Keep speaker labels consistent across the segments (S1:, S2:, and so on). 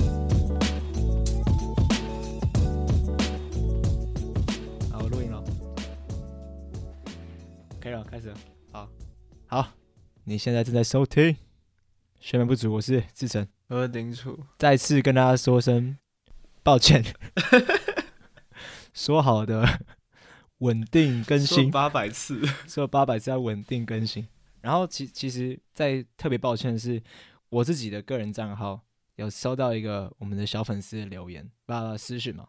S1: 啊了，开始了。好，好，你现在正在收听《睡眠不足》，我是志成，
S2: 我是丁楚。
S1: 再次跟大家说声抱歉。说好的稳定更新，
S2: 八百次，
S1: 说八百是要稳定更新。然后其其实，在特别抱歉的是，我自己的个人账号有收到一个我们的小粉丝的留言，啊私讯嘛。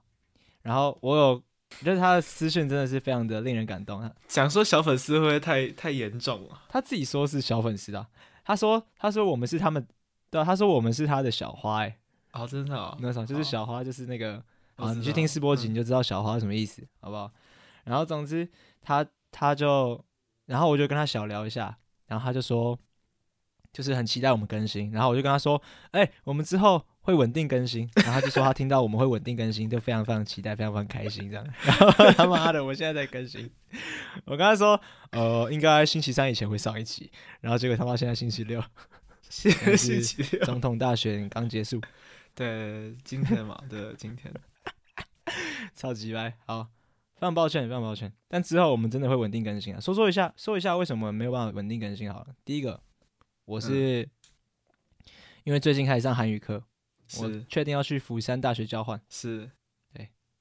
S1: 然后我有，就是他的私讯真的是非常的令人感动。他
S2: 讲说小粉丝会不会太太严重啊了？
S1: 他自己说是小粉丝啊，他说他说我们是他们，对、啊，他说我们是他的小花、欸，
S2: 哦，真的哦，
S1: 那啥就是
S2: 哦
S1: 小花就是那个
S2: 我
S1: 啊，
S2: 知
S1: 你去
S2: 道
S1: 听试播集
S2: 嗯
S1: 你就知道小花什么意思，好不好？然后总之他他就，然后我就跟他小聊一下，然后他就说，就是很期待我们更新，然后我就跟他说，哎、我们之后会稳定更新，然后他就说他听到我们会稳定更新，就非常非常期待，非常非常开心这样。 然后他妈的，我现在在更新，我跟他说，呃，应该星期三以前会上一期，然后结果他妈现在星期六，
S2: 谢
S1: 但
S2: 谢
S1: 是
S2: 星 期六。
S1: 总统大选刚结束，
S2: 对，今天嘛，对，今天。
S1: 超级歪，好，非常抱歉，非常抱歉。但之后我们真的会稳定更新啊。说说一下，说一下为什么没有办法稳定更新好了。第一个，我是、
S2: 嗯
S1: 因为最近开始上韩语课，我
S2: 是
S1: 确定要去釜山大学交换。
S2: 是，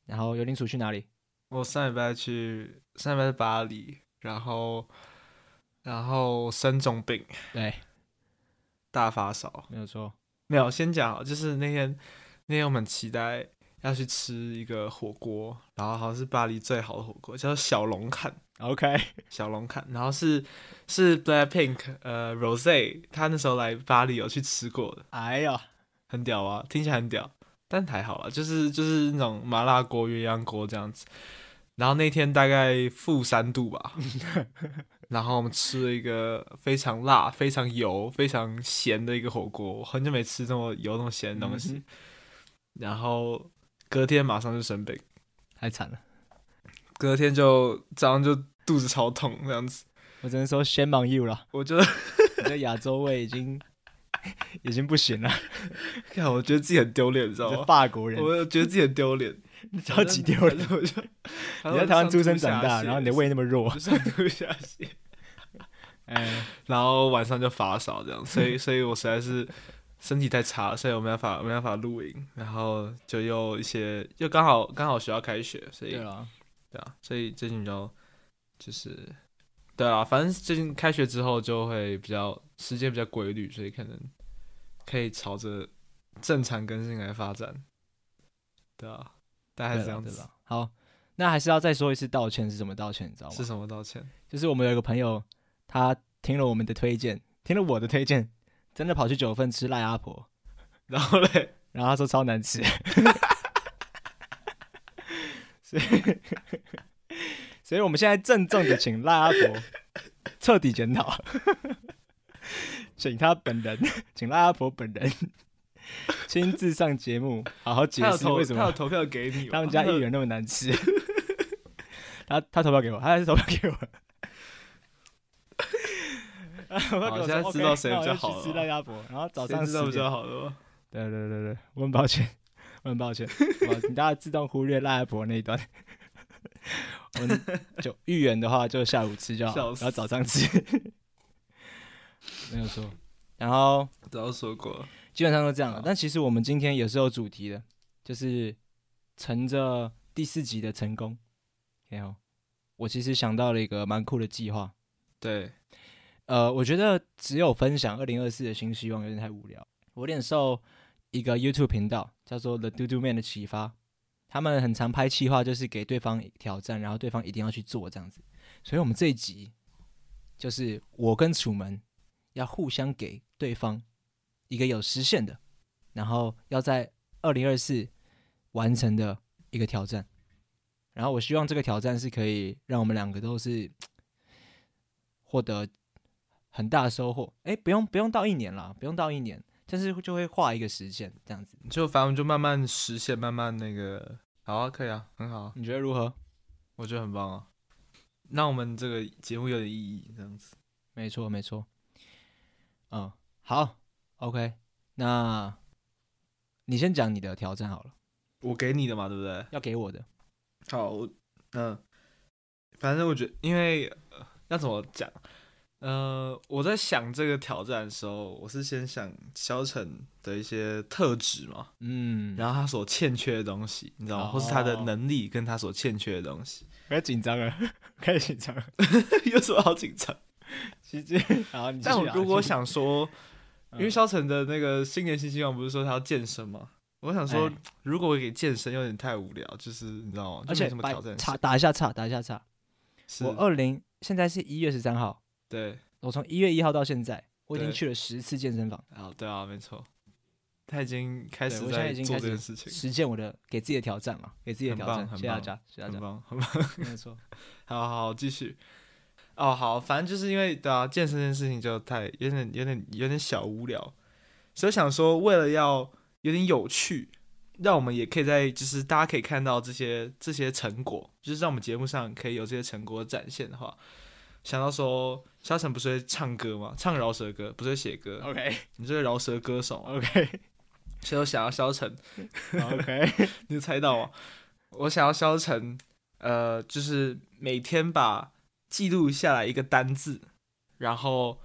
S1: 然后尤林楚去哪里？
S2: 我上礼拜去，上礼拜去巴黎，然后，然后生重病，
S1: 对，
S2: 大发烧。
S1: 没有错，
S2: 没有，先讲好，哦就是那天那天我们期待要去吃一个火锅，然后好像是巴黎最好的火锅，叫做小龙坎，
S1: OK，
S2: 小龙坎，然后是是 Blackpink 呃 Rose 他那时候来巴黎有去吃过的，
S1: 哎呀，
S2: 很屌啊，听起来很屌，但还好啦，就是就是那种麻辣锅、鸳鸯锅这样子。然后那天大概负三度吧，然后我们吃了一个非常辣、非常油、非常咸的一个火锅，我很久没吃这么油、那么咸的东西。
S1: 嗯
S2: 然后隔天马上就生病，
S1: 太惨了。
S2: 隔天就早上就肚子超痛这样子，
S1: 我只能说先忙 you 了，
S2: 我就
S1: 你的亚洲胃已经 已经不行了。
S2: 看我觉得自己很丢脸，你知
S1: 你
S2: 道
S1: 这
S2: 吗？
S1: 法国人，
S2: 哦我觉得自己很丢脸，
S1: 超级丢脸。
S2: 反正我就
S1: 你在台湾出生长大，
S2: 反
S1: 然
S2: 正我就上吐下泻
S1: 后你的胃那么弱，
S2: 就 上吐下泻，
S1: 哎，
S2: 然后晚上就发烧这样，所以所以我实在是身体太差了，所以我没办法没办法露营，然后就又一些又刚好刚好学校开学，所以
S1: 对了，
S2: 对啊，所以最近比较就是对啊，反正最近开学之后就会比较时间比较规律，所以可能可以朝着正常更新来发展，对啊，大概
S1: 对了
S2: 是这样
S1: 对
S2: 子。
S1: 了。好，那还是要再说一次道歉是怎么道歉，你知道吗？
S2: 是什么道歉？
S1: 就是我们有一个朋友，他听了我们的推荐，听了我的推荐，真的跑去九份吃赖阿婆，
S2: 然后嘞，
S1: 然后他说超难吃， 所以所以我们现在郑重的请赖阿婆彻底检讨，请他本人，请赖阿婆本人亲自上节目，好好解
S2: 他有
S1: 释
S2: 投
S1: 为什么
S2: 他有投票 给你吗，
S1: 他们家
S2: 有
S1: 芋圆那么难吃。 他他投票给我，他还是投票给 我。他投票给我
S2: 好现在
S1: 说
S2: 知道
S1: OK，
S2: 谁
S1: 那
S2: 比
S1: 我就
S2: 较
S1: 去
S2: 好了
S1: 吃
S2: 啊
S1: 赖鸭脖，然后早
S2: 谁
S1: 上
S2: 知道
S1: 10
S2: 比
S1: 点
S2: 较好的吗？
S1: 对对对对，我很抱歉， 我很抱 歉，好吧请大家自动忽略赖阿婆那一段。我们就芋圆的话，就下午吃就好，
S2: 笑
S1: 然
S2: 死
S1: 后早上吃， 没有错。然后
S2: 早就说过了，
S1: 基本上都这样了
S2: 好。
S1: 但其实我们今天也是有主题的，就是乘着第四集的成功，然后我其实想到了一个蛮酷的计划。
S2: 对，
S1: 呃，我觉得只有分享二零二四的新希望有点太无聊。我有点受一个 YouTube 频道叫做 The Do Do Man 的启发，他们很常拍企划，就是给对方挑战，然后对方一定要去做这样子。所以我们这一集就是我跟楚门要互相给对方一个有实现的，然后要在二零二四完成的一个挑战。然后我希望这个挑战是可以让我们两个都是获得很大的收获。哎，不用不用到一年啦，不用到一年，但是就会画一个时间这样子。
S2: 就反正我们就慢慢实现，慢慢那个，好啊，可以啊，很好啊，
S1: 你觉得如何？
S2: 我觉得很棒啊，让我们这个节目有点意义，这样子。
S1: 没错，没错。嗯，好，OK，那你先讲你的挑战好了，
S2: 我给你的嘛，对不对？
S1: 要给我的。
S2: 好，我嗯，反正我觉得，因为呃要怎么讲？呃，我在想这个挑战的时候，我是先想萧晨的一些特质嘛，
S1: 嗯，
S2: 然后他所欠缺的东西，你知道吗？
S1: 哦
S2: 或是他的能力跟他所欠缺的 东西，
S1: 开始紧张了，
S2: 啊
S1: 开始紧张了。
S2: 有什么好紧 张？
S1: 其 实，好，你继续
S2: 但我
S1: 啊
S2: 如果
S1: 继续
S2: 想说，因
S1: 嗯
S2: 为萧晨的那个新年新希望不是说他要健身吗？我想说
S1: 哎，
S2: 如果我给健身有点太无聊，就是你知道吗？就
S1: 而
S2: 没
S1: 且
S2: 什么
S1: 白
S2: 挑战性？
S1: 打打一下岔，打一下岔。
S2: 是
S1: 我二零现在是一月十三号，
S2: 对，
S1: 我从一月一号到现在，我已经
S2: 对
S1: 去了十次健身房，
S2: 啊，对啊，没错，他已经开
S1: 对
S2: 始
S1: 我现在
S2: 在
S1: 已经
S2: 做
S1: 开
S2: 这
S1: 始
S2: 件事情，
S1: 实践我的给自己的挑战嘛，给自己的
S2: 很
S1: 挑
S2: 棒
S1: 战。
S2: 很
S1: 谢谢大
S2: 棒
S1: 家，谢谢大
S2: 很
S1: 家。
S2: 棒，很棒。
S1: 没错，
S2: 好好好，继续。哦，好，反正就是因为对啊，健身这件事情就太有点、有点、有点小无聊，所以我想说，为了要有点有趣，让我们也可以在就是大家可以看到这些这些成果，就是让我们节目上可以有这些成果展现的话，想到说，萧晨不是会唱歌吗？唱饶舌歌，不是会写歌？
S1: OK
S2: 你是个饶舌歌手嘛，
S1: OK
S2: 所以我想要萧晨
S1: OK，
S2: 你猜到吗？ 我想要消沉，呃，就是每天把记录下来一个单字，然后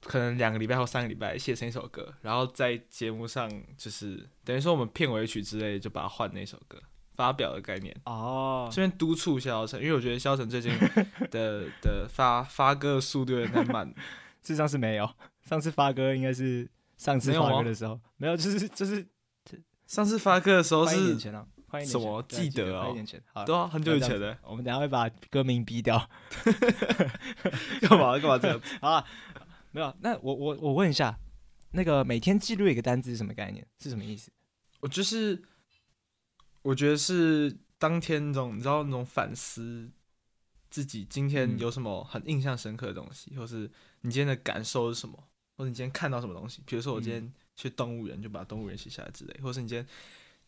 S2: 可能两个礼拜或三个礼拜写成一首歌，然后在节目上就是等于说我们片尾曲之类就把它换那首歌发表的概念。
S1: 哦，
S2: 这边督促萧晨，因为我觉得萧晨最近 的的发发歌的速度有点太慢了，
S1: 事实上是没有，上次发歌应该是上次
S2: 没有
S1: 发
S2: 吗
S1: 歌的时候，没有，就是就是
S2: 上次 发歌的时候
S1: 快一年
S2: 是，
S1: 前了，快一年
S2: 什
S1: 前
S2: 么
S1: 对啊记
S2: 记得
S1: 快
S2: 哦
S1: 一年前，好，
S2: 对啊，很久以 前的，
S1: 我们等一下会把歌名逼掉。
S2: 干嘛干嘛这样子？
S1: 好啊，没有。那我我我问一下，那个每天记录一个单字是什么概念？是什么意思？
S2: 我就是，我觉得是当天那种你知道那种反思自己今天
S1: 嗯
S2: 有什么很印象深刻的东西，或是你今天的感受是什么，或者你今天看到什么东西。比如说我
S1: 嗯
S2: 今天去动物园，就把动物园写下来之类，或是你今天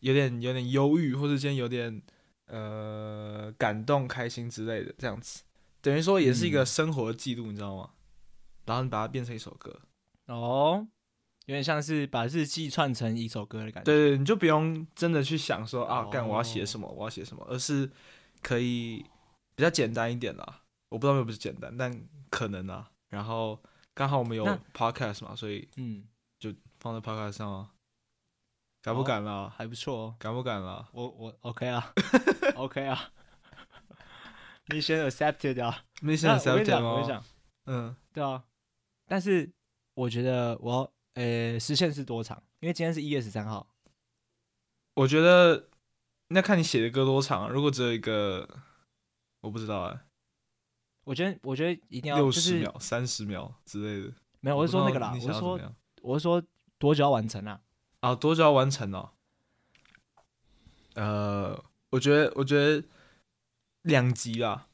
S2: 有点有点忧郁，或是今天有点呃感动、开心之类的，这样子，等于说也是一个
S1: 嗯
S2: 生活的记录，你知道吗？然后你把它变成一首歌，
S1: 哦，有点像是把日记串成一首歌的感觉。，
S2: 对对，你就不用真的去想说啊，干我要写
S1: 哦
S2: 什么，我要写什么，而是可以比较简单一点啦。我不知道有不是简单，但可能啊。然后刚好我们有
S1: 那
S2: podcast 嘛，所以
S1: 嗯，
S2: 放在 podcast 上啊。敢不
S1: 哦
S2: 敢啦？
S1: 还不错哦。
S2: 敢不敢啦？
S1: 我我 OK 啊，OK 啊。Mission accepted 啊。
S2: 没想
S1: 那
S2: 想
S1: 我跟你
S2: 讲
S1: 讲，我跟你
S2: 吗？
S1: 讲，
S2: 嗯，
S1: 对啊。但是我觉得我要呃实现是多长？因为今天是一月十三号。
S2: 我觉得那看你写的歌多长啊。如果只有一个，我不知道哎、
S1: 我觉得，我觉得一定要
S2: 六
S1: 就
S2: 十
S1: 是
S2: 秒、三十秒之类的。
S1: 没有，我
S2: 不
S1: 是
S2: 知
S1: 说那
S2: 道
S1: 个啦，我
S2: 你
S1: 是
S2: 想要怎么
S1: 说，
S2: 样
S1: 我是说多久要完成啊？
S2: 啊，多久要完成哦？呃，我觉得，我觉得两集啦，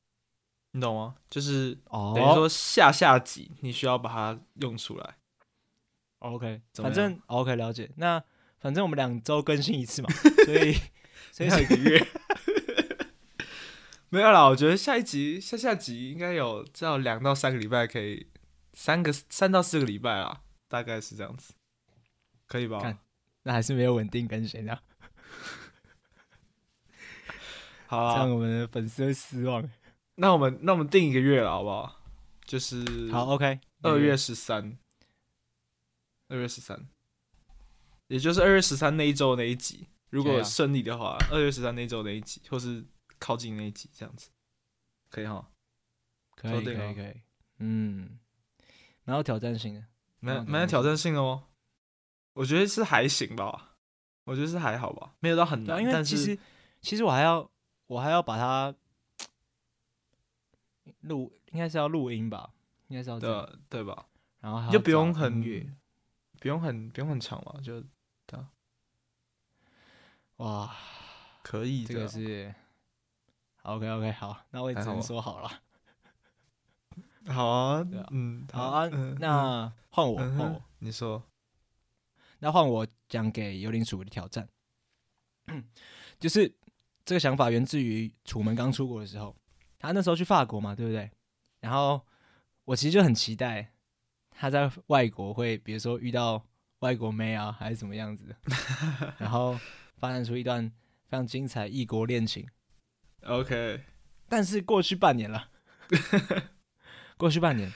S2: 你懂吗？就是
S1: 哦
S2: 等于说下下集你需要把它用出来。
S1: 哦 OK，
S2: 怎么
S1: 反
S2: 样
S1: 正 OK 了解。那反正我们两周更新一 次嘛，所以所以
S2: 还有一个月， 没有啦。我觉得下一集、下下集应该有至少两到三个礼拜，可以三个三到四个礼拜啊，大概是这样子，可以吧
S1: 看？那还是没有稳定更新啊，
S2: 好
S1: 这
S2: 啊
S1: 样，我们的粉丝会失望。
S2: 那我们那我们定一个月了，好不好？就是
S1: 好，OK，
S2: 二月十三，二月十三，也就是二月十三那一周那一集，如
S1: 可以
S2: 果
S1: 啊
S2: 顺利的话，二月十三那一周那一集，或是靠近那一集这样子，可以哈？
S1: 可以
S2: 说定啊
S1: 可以
S2: 了
S1: 可以，嗯，蛮有挑战性的。
S2: 蛮
S1: 好的
S2: 蛮有挑战性的哦，我觉得是还行吧，我觉得是还好吧，没有到很
S1: 对啊，
S2: 难，
S1: 因为
S2: 嗯但
S1: 其
S2: 是
S1: 实其实我还要我还要把它录，应该是要录音吧，应该是要这
S2: 对
S1: 样，
S2: 啊对吧？
S1: 然后还
S2: 你
S1: 要
S2: 就不用
S1: 找
S2: 很
S1: 音乐
S2: 不用很不用很长嘛，就
S1: 哇，
S2: 可以
S1: 这
S2: 的
S1: 个。是 OK OK 好，那我也
S2: 还
S1: 只
S2: 好
S1: 能
S2: 吧
S1: 说好了。
S2: 好啊
S1: 对啊，
S2: 嗯，
S1: 好啊
S2: 嗯，
S1: 那换我，
S2: 嗯
S1: 换
S2: 哼
S1: 我，
S2: 你说，
S1: 那换我讲给幽灵鼠的挑战， 就是这个想法源自于楚门刚出国的时候，他那时候去法国嘛，对不对？然后我其实就很期待他在外国会，比如说遇到外国妹啊，还是怎么样子的，然后发展出一段非常精彩异国恋情。
S2: OK，
S1: 但是过去半年了，过去半年，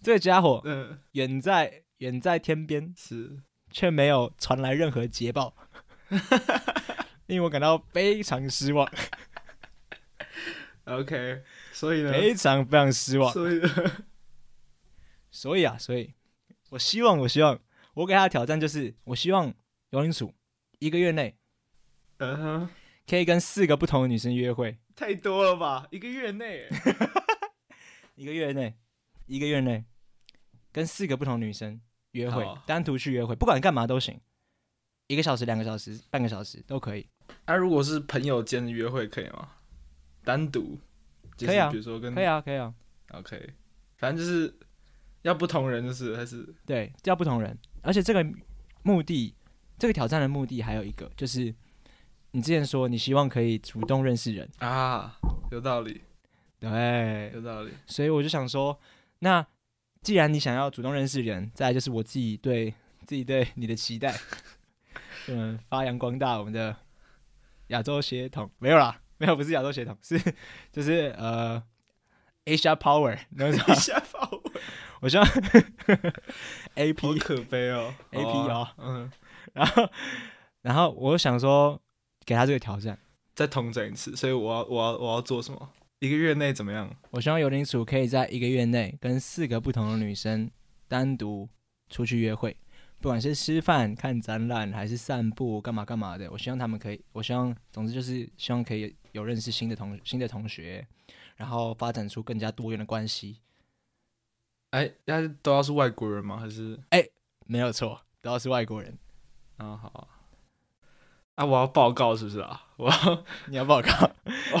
S1: 这个家伙
S2: 嗯、
S1: 远在远在天边，
S2: 是
S1: 却没有传来任何捷报，令我感到非常失望，
S2: OK，所以呢，
S1: 非常非常失望。
S2: 所以呢
S1: 所以啊，所以我希望，我希望我给他的挑战就是，我希望游泳署一个月内
S2: 嗯哼，
S1: 可以跟四个不同的女生约会，
S2: 太多了吧？一个月 内，
S1: 一个月内，一个月内跟四个不同女生约会
S2: 好，
S1: 单独去约会，不管干嘛都行，一个小时、两个小时、半个小时都可以。
S2: 那、啊如果是朋友间的约会可以吗？单独？就是
S1: 可以啊
S2: 比如说跟
S1: 可以啊，可以啊，
S2: OK，反正就是要不同人，就是还是
S1: 对，叫不同人，而且这个目的，这个挑战的目的还有一个就是，你之前说你希望可以主动认识人，
S2: 啊，有道理，
S1: 对，
S2: 有道理。
S1: 所以我就想说，那既然你想要主动认识人，再来就是我自己对自己对你的期待，嗯，发扬光大我们的亚洲血统，没有啦，没有，不是亚洲血统， 是就是呃，Asia Power，你懂 吗
S2: 吓跑我，
S1: 我希望 A
S2: 好
S1: P，
S2: 可悲哦
S1: AP
S2: 好啊嗯，
S1: 然后然后我想说给他这个挑战，
S2: 再同整一次，所以我要我要我要做什么？一个月内怎么样？
S1: 我希望尤林楚可以在一个月内跟四个不同的女生单独出去约会，不管是吃饭、看展览，还是散步、干嘛干嘛的。我希望他们可以，我希望，总之就是希望可以有认识新的同新的同学，然后发展出更加多元的关系。
S2: 哎，那都要是外国人吗？还是
S1: 没有错，都要是外国人。
S2: 啊好啊啊，我要报告是不是啊？我要
S1: 你要报告，
S2: 我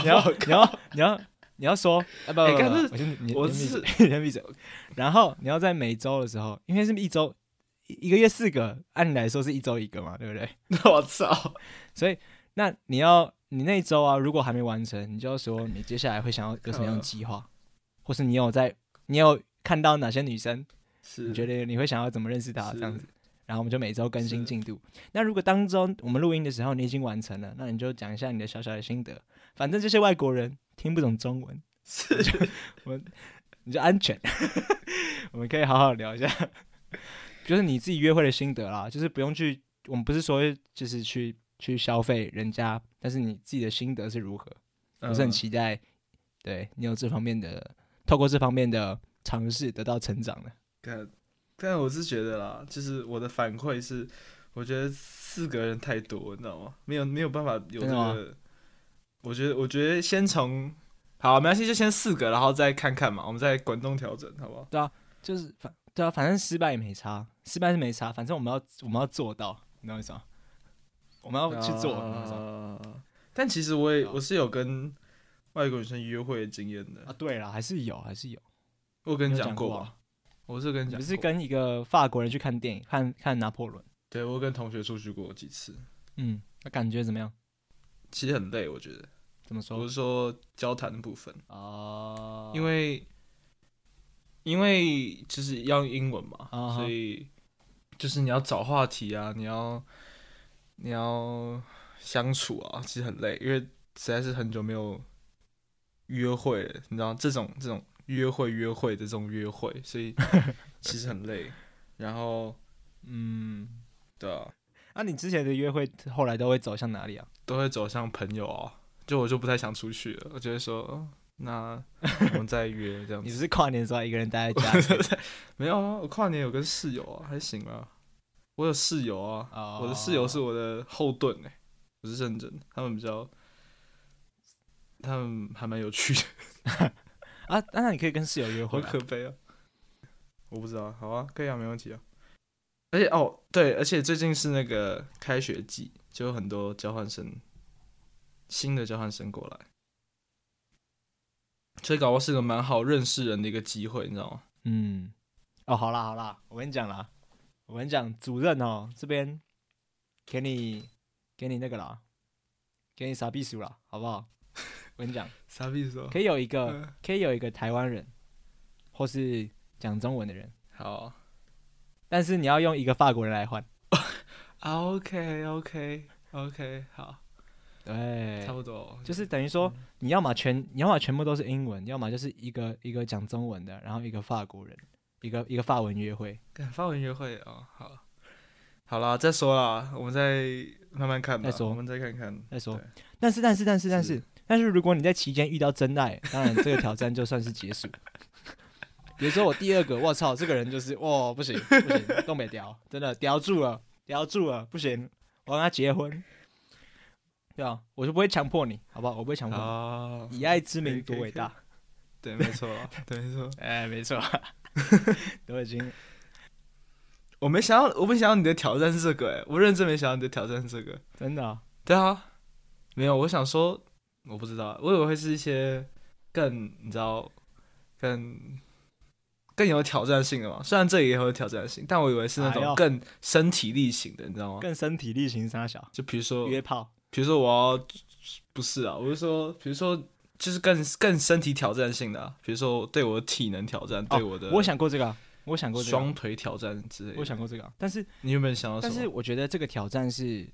S1: 你要
S2: 要报
S1: 你要你要你要说，啊不不
S2: 哎
S1: 不
S2: 干
S1: 不
S2: 这
S1: 不，我先你
S2: 我
S1: 先闭
S2: 是
S1: 嘴， 你先闭嘴。然后你要在每周的时候，因为是一周一一个月四个，按理来说是一周一个嘛，对不对？
S2: 告， 我操！
S1: 所以那你要你那一周啊，如果还没完成，你就要说你接下来会想要有什么样的计
S2: 嗯
S1: 划，或是你有在你有看到哪些女生，
S2: 是
S1: 你觉得你会想要怎么认识她
S2: 是
S1: 这样子。然后我们就每周更新
S2: 是
S1: 进度。那如果当中我们录音的时候你已经完成了，那你就讲一下你的小小的心得。反正这些外国人听不懂中文，
S2: 是
S1: 你就安全。 我们可以好好聊一下，就是你自己约会的心得啦，就是不用去，我们不是说就是去去消费人家，但是你自己的心得是如何？
S2: 嗯
S1: 我是很期待，对你有这方面的，透过这方面的尝试得到成长的。
S2: 但但我是觉得啦，就是我的反馈是，我觉得四个人太多，你知道吗？没有没有办法有这
S1: 真的吗
S2: 个。我觉得我觉得先从好，没关系，就先四个，然后再看看嘛，我们再滚动调整，好不好？
S1: 就是反对啊，反正失败也没差，失败是没差，反正我们要我们要做到，你懂我意思吗？我们要去做，你懂我意思吗
S2: 啊但其实我也
S1: 啊
S2: 我是有跟外国女生约会的经验的
S1: 啊，，对了，还是有，还是有。
S2: 我有跟
S1: 你有
S2: 讲
S1: 讲过
S2: 过
S1: 啊
S2: 吧？我是有跟你
S1: 你
S2: 讲
S1: 不
S2: 过，
S1: 是跟一个法国人去看电影，看看拿破仑？
S2: 对我有跟同学出去过几次，
S1: 嗯，那感觉怎么样？
S2: 其实很累，我觉得。
S1: 怎么
S2: 我
S1: 说？
S2: 是说交谈的部分。
S1: 哦
S2: 因为因为就是要用英文嘛
S1: 啊哈
S2: 所以就是你要找话题啊，你要你要相处啊，其实很累，因为实在是很久没有约会了，你知道这种这种约会约会的这种约会，所 以其实很累。然后
S1: 嗯，
S2: 对啊，
S1: 那、你之前的约会后来都会走向哪里啊？
S2: 都会走向朋友啊，就我就不太想出去了，我就会说。哦那我们再约这样
S1: 你
S2: 子
S1: 不，是跨年的时候一个人待在家里
S2: 没有啊，我跨年有跟室友啊，还行啊。我有室友啊，
S1: 哦
S2: 我的室友是我的后盾哎、我是认真的，他们比较，他们还蛮有趣 的，
S1: 啊？那那你可以跟室友约
S2: 好
S1: 会、啊
S2: 可，悲啊。我不知道，好啊，可以啊，没问题啊。而且哦，对，而且最近是那个开学季，就有很多交换生，新的交换生过来，所以搞不好是个蛮好认识人的一个机会，你知道吗？
S1: 嗯，哦，好啦好啦，我跟你讲啦，我跟你讲，主任哦，这边给你给你那个啦，给你傻避暑啦，好不好？我跟你 讲，
S2: 傻逼说，
S1: 可以啊有一个
S2: 嗯
S1: 可以有一个台湾人，或是讲中文的人，
S2: 好啊、
S1: 但是你要用一个法国人来换。
S2: 啊，OK OK OK，好，
S1: 对
S2: 差，不多嗯
S1: 就是等于说你要么全你要么全部都是英文，要么就是一个一个讲中文的，然后一个法国人，一个一个法文约会。
S2: 干发文约会哦，好，好啦，再说啦，我们再慢慢看吧，
S1: 再说
S2: 我们再看看。
S1: 再说
S2: 对，
S1: 但是但是但是但
S2: 是
S1: 是但是，如果你在期间遇到真 爱，当然这个挑战就算是结束。比如说我第二个，我操，这个人就是哇，不行不行，东北屌，真的屌住了，屌住了，不行，我要跟他结婚。对啊，我就不会强迫你，好不好？我不会强迫你。
S2: 哦，
S1: 以爱之
S2: 可
S1: 名
S2: 以可
S1: 多
S2: 以
S1: 伟
S2: 可以
S1: 大，
S2: 对，没错，对，没错。
S1: 哎，没错， 都已经
S2: 我没想到，我没想到你的挑战是这个、欸，我认真没想到你的挑战是这个。
S1: 真的啊
S2: 对啊，没有，我想说，我不知道，啊我以为会是一些更，你知道，更更有挑战性的嘛。虽然这也有挑战性，但我以为是那
S1: 哎
S2: 种
S1: 呦
S2: 更身体力行的，你知道吗？
S1: 更身体力行杀小，
S2: 就比如说，
S1: 约炮，
S2: 比如说我要，不是啊，我是说，比如说。就是更更身体挑战性的、啊，比如说对我的体能挑战，对我的
S1: 哦我想过这个啊，我想过这个
S2: 双
S1: 啊，
S2: 腿挑战之类的。
S1: 我想过这个啊，但是
S2: 你有没有想到什
S1: 但
S2: 么？
S1: 是我觉得这个挑战是，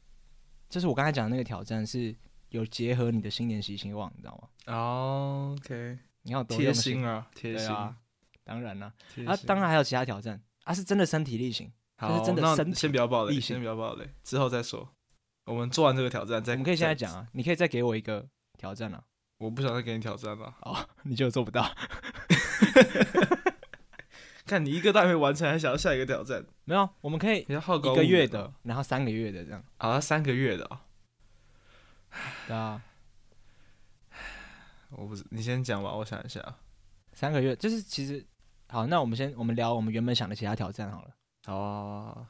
S1: 就是我刚才讲的那个挑战是有结合你的新年习希望，你知道吗？
S2: 哦，OK，
S1: 你看我多
S2: 贴
S1: 用
S2: 心，啊，贴
S1: 对
S2: 心
S1: 啊，当然啦，
S2: 贴
S1: 啊，
S2: 心
S1: 当然还有其他挑战啊，是真的身体力行，
S2: 好，
S1: 是真的
S2: 那
S1: 身体
S2: 先不要暴雷，
S1: 力行
S2: 先不要暴雷，之后再说。我们做完这个挑战再，
S1: 我们可以现在讲。啊，你可以再给我一个挑战啊，
S2: 我不想再给你挑战了，
S1: 哦，你就做不到，
S2: 看你一个都还没完成，还想要下一个挑战，
S1: 没有，我们可以
S2: 你要好高
S1: 一
S2: 骛
S1: 个
S2: 远
S1: 月
S2: 哦
S1: 的，然后三个月的这样，
S2: 啊，三个月的哦，
S1: 对啊，
S2: 我不知，你先讲吧，我想一下。
S1: 三个月就是其实好，那我们先我们聊我们原本想的其他挑战好了，
S2: 哦，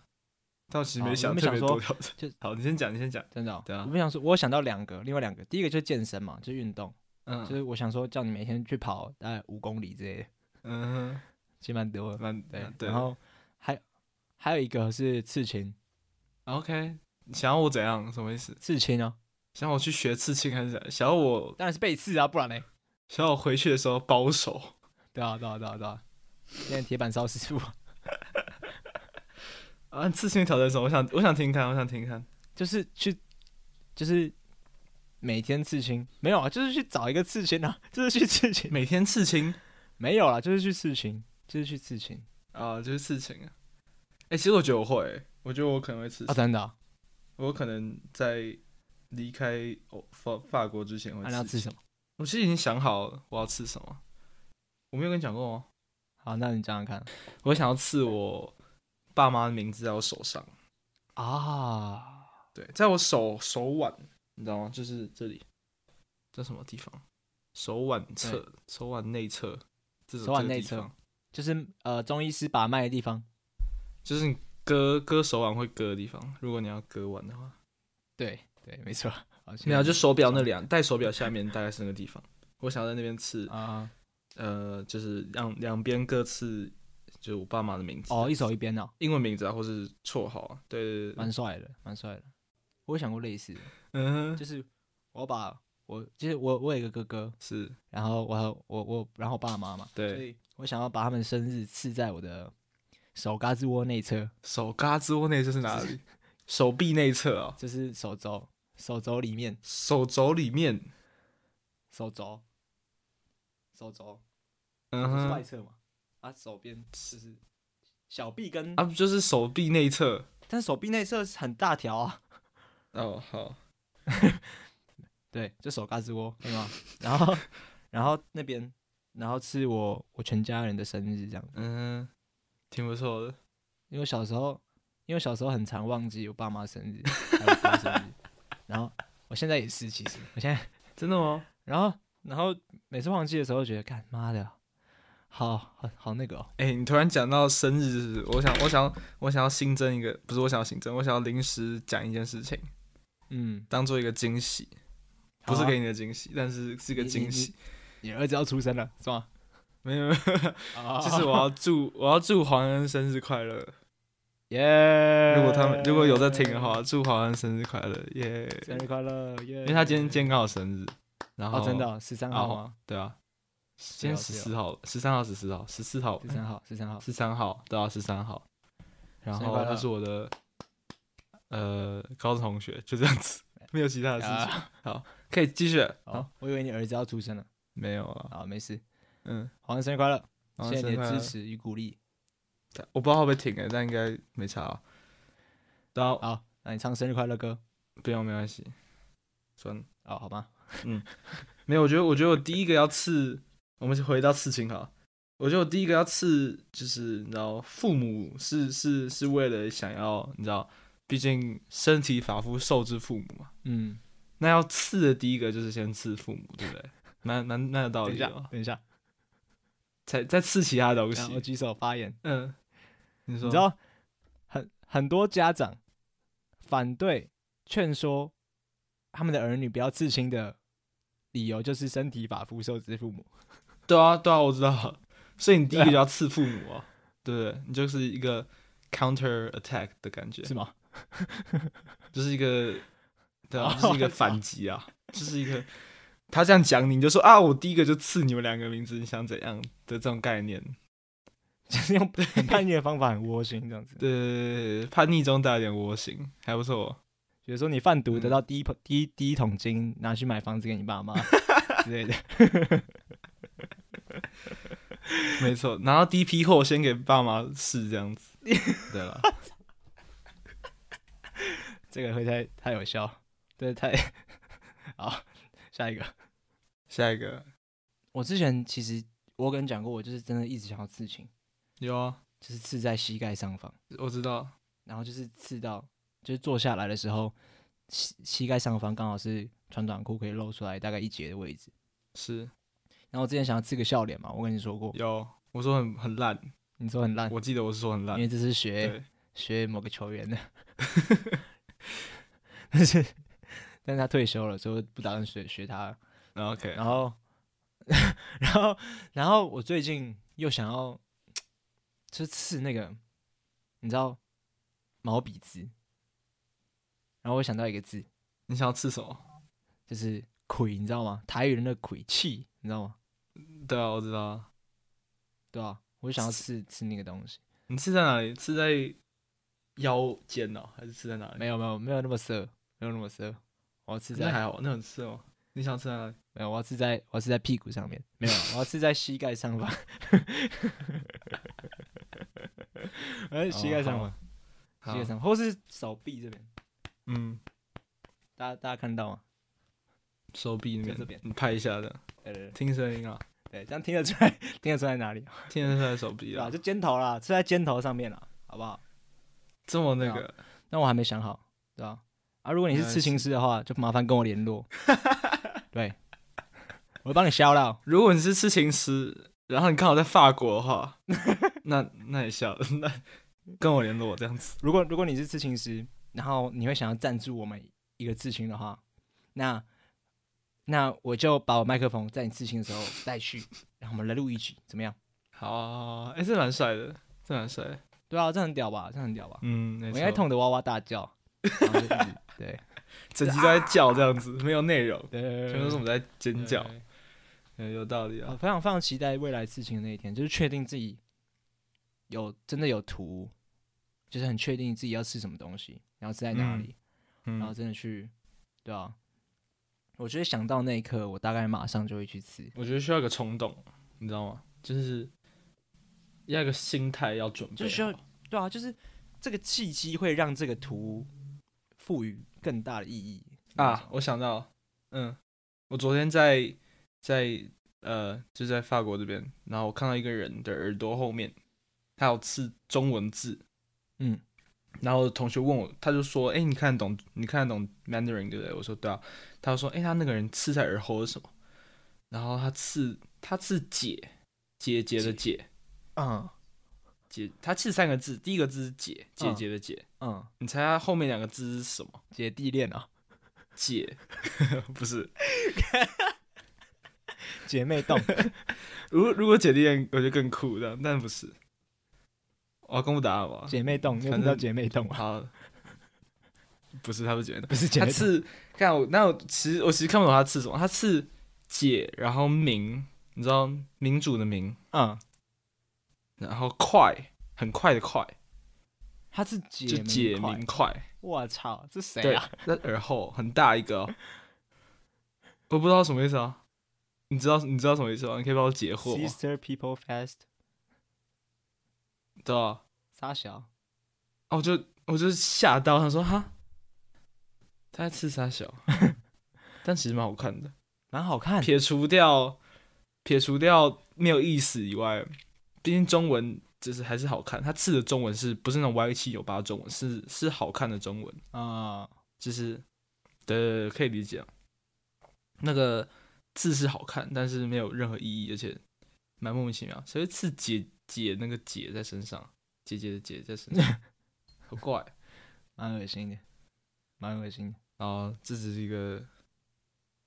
S2: 但我其实
S1: 好
S2: 没想
S1: 我们
S2: 特别
S1: 哦想说
S2: 多挑战
S1: 就。
S2: 好，你先讲，你先讲。
S1: 真的哦、
S2: 对啊
S1: 我们想说，我有想到两个，另外两个，第一个就是健身嘛，就是运动，就
S2: 嗯
S1: 是我想说叫你每天去跑大概五公里之类的。
S2: 嗯
S1: 其实蛮多
S2: 哼，
S1: 的。
S2: 蛮
S1: 对，
S2: 对。
S1: 然后还还有一个是刺青，
S2: OK，想要我怎样？什么意思？
S1: 刺青哦，
S2: 想要我去学刺青还是怎样想要我
S1: 当然是被刺啊，不然呢？
S2: 想要我回去的时候包手？
S1: 对啊，对啊，对啊，对啊。现在铁板烧师傅
S2: 啊，刺青挑战什么？我想，我想听看，我想听看。
S1: 就是去，就是每天刺青，没有啊，就是去找一个刺青啊，就是去刺青，
S2: 每天刺青
S1: 没有啦，就是去刺青，就是去刺青
S2: 啊，就是刺青啊。哎、其实我觉得我会、我觉得我可能会刺
S1: 啊，
S2: 青，
S1: 真的啊，
S2: 我可能在离开欧法法国之前会
S1: 啊你要
S2: 刺
S1: 刺
S2: 青。
S1: 什么？
S2: 我其实已经想好了我要刺什么。我没有跟你讲过吗？
S1: 好，那你讲讲看
S2: 我想要刺我爸妈的名字在我手上，
S1: 啊，
S2: 对，在我手手腕，你知道吗？就是这里，这什么地方？手腕侧，手腕内侧，这种
S1: 手腕
S2: 这个
S1: 内
S2: 地
S1: 侧
S2: 方
S1: 就是呃中医师把脉的地方，
S2: 就是你割割手腕会割的地方，如果你要割腕的话，
S1: 对对，没错，好
S2: 没有，就手表那里
S1: 啊
S2: 啊，戴手表下面大概是那个地方。我想要在那边刺，
S1: 啊，
S2: 呃，就是两两边各刺，就是我爸妈的名字
S1: 哦，一手一边哦，
S2: 英文名字啊，或是绰号啊。对对对对，
S1: 蛮帅的，蛮帅的。我有想过类似的，
S2: 嗯哼，
S1: 就是我要把我就是我我有一个哥哥，
S2: 是
S1: 然后我还有我我然后我爸妈嘛，所
S2: 对
S1: 以我想要把他们生日刺在我的手胳肢窝内侧，
S2: 手嘎肢窝内侧是哪里？手臂内侧啊，
S1: 就是手肘手肘里面
S2: 手肘里面，
S1: 手肘手肘
S2: 嗯
S1: 就是外
S2: 哼，
S1: 侧嘛，啊手边就是小臂跟，
S2: 啊，不就是手臂内侧？
S1: 但是手臂内侧是很大条啊，
S2: 哦，好，
S1: 对，就手胳肢窝可以吗？然后然后那边然后是我我全家人的生日这样。
S2: 嗯哼，挺不错的。
S1: 因为我小时候，因为我小时候很常忘记我爸妈生日，还有我哥生日，然后我现在也是，其实我现在，
S2: 真的吗？
S1: 然后然后每次忘记的时候，就觉得干妈的，好好好那个哦，
S2: 哎、你突然讲到生日，我想，我想要，我想要新增一个，不是我想要新增，我想要临时讲一件事情，
S1: 嗯，
S2: 当做一个惊喜，
S1: 好
S2: 不
S1: 啊
S2: 是给你的惊喜，但是是个惊喜。
S1: 你儿子要出生了是吗？
S2: 没有，没有，
S1: 啊
S2: 就是我要祝我要祝黄恩生日快乐。
S1: 耶！
S2: 如果他们如果有在听的，
S1: 哎
S2: 话，祝黄恩生日快乐，耶、
S1: 生日快乐耶！
S2: 因为他今天今天刚好生日，然后、
S1: 哦真的十三
S2: 然
S1: 号
S2: 后
S1: 吗？
S2: 对啊，今天十
S1: 是哦
S2: 四号，十三号，十四号，十四号
S1: 十，三号十三号，
S2: 十三号，对啊，十三号。然
S1: 生日快
S2: 后
S1: 乐
S2: 他是我的呃高中同学，就这样子。没有其他的事情。
S1: 啊
S2: 可以继续。好，
S1: 哦，我以为你儿子要出生了。
S2: 没有了。
S1: 啊，没事，
S2: 嗯，
S1: 黄生日快乐！
S2: 好
S1: 谢谢你
S2: 生日
S1: 的
S2: 快乐
S1: 支持与鼓励。
S2: 我不知道会不会停诶，但应该没差啊。然后
S1: 好，那你唱生日快乐歌。
S2: 不用，没关系，算了。
S1: 哦，好吧。
S2: 没有，我觉得，我觉得我第一个要刺，我们回到刺青哈。我觉得我第一个要刺，就是你知道，父母是是是为了想要，你知道，毕竟身体发肤受之父母嘛。
S1: 嗯，
S2: 那要刺的第一个就是先刺父母，对不对？蛮蛮蛮有道
S1: 等
S2: 理
S1: 一下
S2: 的吧，，
S1: 等一下，
S2: 才再刺其他东
S1: 然后我
S2: 西。
S1: 举手发言。
S2: 嗯，你说，
S1: 你知道，很很多家长反对劝说他们的儿女不要刺青的理由，就是身体发肤受之父母。
S2: 对啊，对啊，我知道。所以你第一个
S1: 对啊
S2: 就要刺父母啊，对不对？你就是一个 counter attack 的感觉，
S1: 是吗？
S2: 就是一个，对啊
S1: 哦，
S2: 就是一个反击啊，就是一个他这样讲你，你就说啊，我第一个就刺你们两个名字，你想怎样的这种概念，
S1: 就是用很叛逆的方法，很窝心这样子。
S2: 对对对对，叛逆中带一点窝心，还不错。
S1: 比如说你贩毒
S2: 嗯
S1: 得到第一桶、第一第一桶金，拿去买房子给你 爸妈之类的。
S2: 没错，然后第一批货先给爸妈试这样子。对了，
S1: 这个会太太有效，对，太 好。下一个，
S2: 下一个
S1: 我之前其实我跟你讲过，我就是真的一直想要刺青，
S2: 有啊，
S1: 就是刺在膝盖上方，
S2: 我知道，
S1: 然后就是刺到，就是坐下来的时候，膝膝盖上方刚好是穿短裤可以露出来大概一截的位置。
S2: 是
S1: 然后我之前想要刺个笑脸嘛，我跟你说过，
S2: 有。我说很很烂，
S1: 你说很烂，
S2: 我记得我是说
S1: 嗯
S2: 很
S1: 因
S2: 烂。
S1: 为这是学
S2: 对，
S1: 学某个球员的， 但是 但是他退休了，所以我不打算学学他了。
S2: 然后 OK，
S1: 然后， 然后，然后我最近又想要，就是刺那个，你知道毛笔字。然后我想到一个字，
S2: 你想要吃什么？
S1: 就是“魁”，你知道吗？台语人的“魁”气，你知道吗？
S2: 对啊，我知道啊。
S1: 对啊，我就想要刺刺那个东西。
S2: 你吃在哪里？吃在腰间哦，还是吃在哪里？
S1: 没有没有没有那么色，没有那么色。我要刺
S2: 那
S1: 在
S2: 还好，那很吃哦。你想吃在哪里？
S1: 没有，我要刺在我要刺在屁股上面，没有，我要刺在膝盖上方。 我要在膝盖上
S2: 哦
S1: 方，膝盖
S2: 好
S1: 上方，或是手臂这边，
S2: 嗯，
S1: 大家大家看得到吗？
S2: 手臂那
S1: 就
S2: 边，
S1: 这边
S2: 你拍一下的，
S1: 对对对
S2: 听声音啊，
S1: 对，这样听得出来，听得出来哪里？啊
S2: 听得出来手臂
S1: 对
S2: 啊
S1: 吧？，就肩头啦，刺在肩头上面啦，好不好？
S2: 这么那个，
S1: 但我还没想好，对吧？啊，如果你是
S2: 没关
S1: 刺青师的话，就麻烦跟我联络。 对，我会帮你消了。
S2: 如果你是痴情师，然后你刚好在法国的话， 那那也笑，那跟我联络这样子。
S1: 如果如果你是刺青师，然后你会想要赞助我们一个刺青的话，那那我就把我麦克风在你刺青的时候带去，然后我们来录一集，怎么样？
S2: 好啊，好啊哎、这蛮帅的，这蛮帅的。
S1: 对啊，这很屌吧？这很屌吧？
S2: 嗯，没
S1: 我
S2: 错
S1: 应该痛得哇哇大叫，然后就一直对
S2: 整集都在叫这样子，没有内容，
S1: 对，
S2: 全都是我们在尖叫，
S1: 对
S2: 嗯有道理
S1: 我
S2: 啊。
S1: 非常非常期待未来刺青的那一天，就是确定自己有真的有图，就是很确定自己要吃什么东西，然后吃在哪
S2: 嗯
S1: 里，然后
S2: 嗯，
S1: 真的去，对啊，我觉得想到那一刻，我大概马上就会去吃。
S2: 我觉得需要一个冲动，你知道吗？就是要一个心态要准备好，
S1: 就需要对啊，就是这个契机会让这个图赋予更大的意义
S2: 啊，！我想到，嗯，我昨天在在呃，就在法国这边，然后我看到一个人的耳朵后面，他有刺中文字，
S1: 嗯，
S2: 然后我的同学问我，他就说，哎、你看得懂你看得懂 Mandarin 对不对？我说对啊，他就说，哎、他那个人刺在耳后是什么？然后他刺他刺姐姐姐的姐
S1: 嗯
S2: 姐，他刺三个字，第一个字是姐姐
S1: 嗯
S2: 姐的姐，
S1: 嗯，
S2: 你猜他后面两个字是什么？
S1: 姐弟恋啊，
S2: 姐不是。
S1: 姐妹 洞
S2: 如如果姐弟恋，我觉得更酷的，但不是。我要公布答案吧。
S1: 姐妹洞，你有
S2: 反
S1: 听到
S2: 正
S1: 姐妹洞啊？
S2: 好，不是，他不是姐妹洞，
S1: 不 是姐
S2: 他
S1: 妹洞，
S2: 刺，看我，那我其实我其实看不懂他刺什么，他刺姐，然后民，你知道民主的民，
S1: 嗯，
S2: 然后快，很快的快，
S1: 她是姐
S2: 就
S1: 妹
S2: 解
S1: 块
S2: 明快，
S1: 我操，这谁
S2: 对
S1: 啊？，
S2: 那耳后很大一个、哦，我不知道什么意思啊。你知道你知道什么意思吗？你可以帮我解惑吗？
S1: ？Sister people fast，
S2: 对啊，
S1: 傻小，
S2: 哦，我就我就吓到，他说哈，他在刺杀小，但其实蛮好看的。
S1: 蛮好看。
S2: 撇除掉撇除掉没有意思以外，毕竟中文就是还是好看。他刺的中文是不是那种歪七扭八的中文？是是好看的中文，
S1: 啊、
S2: 就是对对对，可以理解啊。那个字是好看，但是没有任何意义，而且蛮莫名其妙。谁会刺姐姐那个姐在身上？姐姐的姐在身上，好怪。
S1: 蛮恶心的，蛮恶心的。
S2: 然后这只是一个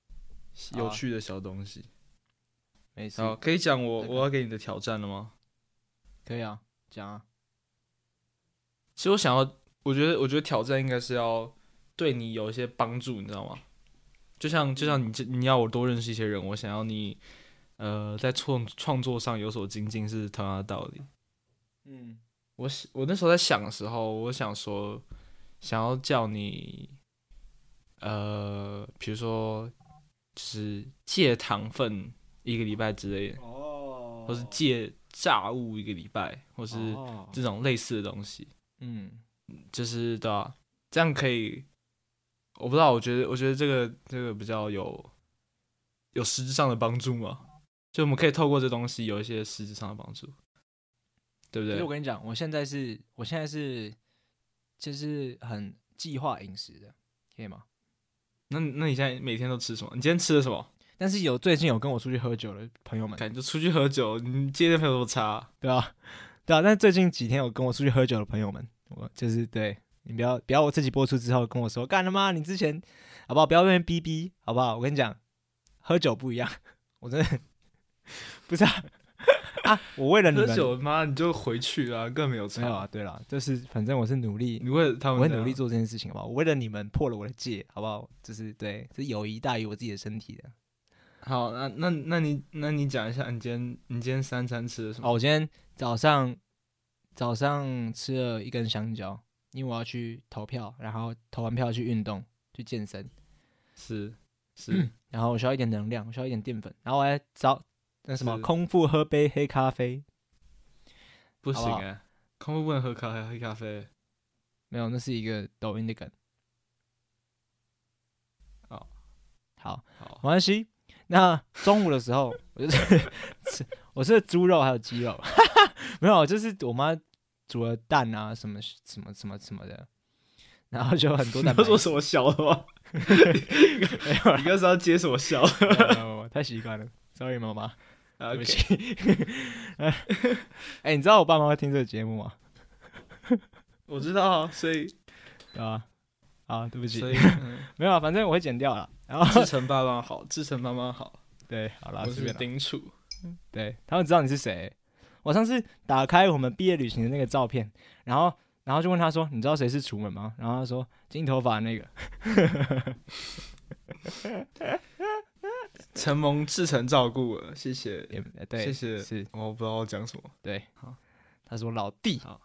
S1: 好啊
S2: 有趣的小东西。
S1: 没事
S2: 然，后可以讲我
S1: 这个
S2: 我要给你的挑战了吗？
S1: 可以啊，讲啊。
S2: 其实我想要，我觉得我觉得挑战应该是要对你有一些帮助，你知道吗？就像就像你这你要我多认识一些人，我想要你呃在创创作上有所精进是同样的道理。
S1: 嗯，
S2: 我喜我那时候在想的时候，我想说，想要叫你，呃，比如说，就是戒糖分一个礼拜之类的，
S1: 哦
S2: 或是戒炸物一个礼拜，或是
S1: 哦
S2: 这种类似的东西，
S1: 嗯，
S2: 就是对啊，这样可以。我不知道，我觉得我觉得这个这个比较有有实质上的帮助嘛，就我们可以透过这东西有一些实质上的帮助，对
S1: 其
S2: 不对
S1: 实我？跟你讲，我现在是，我现在是，就是很计划饮食的，可以吗？
S2: 那你那你现在每天都吃什么？你今天吃了什么？
S1: 但是有最近有跟我出去喝酒的朋友们，
S2: 感觉出去喝酒，你接的朋友多差啊、
S1: 对啊，对啊。但是最近几天有跟我出去喝酒的朋友们，我就是对你不要不要我自己播出之后跟我说干他妈你之前好不好？不要被逼逼好不好？我跟你讲，喝酒不一样，我真的不是 啊啊！我为了你
S2: 喝
S1: 们
S2: 酒妈你就回去啊，更没有差。
S1: 没有啊？对了，就是反正我是努力，
S2: 你为了他
S1: 我
S2: 们，
S1: 会努力。做这件事情，好不好？我为了你们破了我的戒，好不好？就是对，这友谊大于我自己的身体的。
S2: 好，那那那你那你讲一下，你今天你今天三餐吃了什么？
S1: 哦，我今天早上早上吃了一根香蕉，因为我要去投票，然后投完票去运动，去健身，
S2: 是是，
S1: 然后我需要一点能量，我需要一点淀粉，然后我还早那什么
S2: 是
S1: 空腹喝杯黑咖啡，
S2: 不
S1: 好
S2: 行
S1: 不好
S2: 哎、空腹不能喝咖啡，喝咖啡。
S1: 没有，那是一个抖音的梗。
S2: 哦，
S1: 好，
S2: 好，
S1: 没关系。那中午的时候，我就是 吃，我吃了猪肉还有鸡肉， 没有，就是我妈煮了蛋啊，什么什么什么什么的，然后就很多
S2: 你
S1: 蛋白
S2: 要说
S1: 质。
S2: 什么小的吗？
S1: 没有啊啦
S2: 你刚才要接什么小的？
S1: 没有没有 没有太习惯了，sorry 妈妈，
S2: 啊
S1: 对不
S2: OK
S1: 起。哎、你知道我爸妈会听这个节目吗？
S2: 我知道啊，所以
S1: 对吧？啊，对不起
S2: 所， 以、嗯、
S1: 没有啊，反正我会剪掉了。然后
S2: 志成爸妈好，志成妈妈好，
S1: 对，好啦，
S2: 我
S1: 随
S2: 是
S1: 便啦
S2: 丁楚。
S1: 对他们知道你是谁。我上次打开我们毕业旅行的那个照片，然后然后就问他说：“你知道谁是楚门吗？”然后他说：“金头发那个。
S2: 承蒙志成照顾了，谢谢”。
S1: 也对，
S2: 谢谢
S1: 是
S2: 我不知道我 讲什么，
S1: 对
S2: 好。
S1: 他说老弟
S2: 好，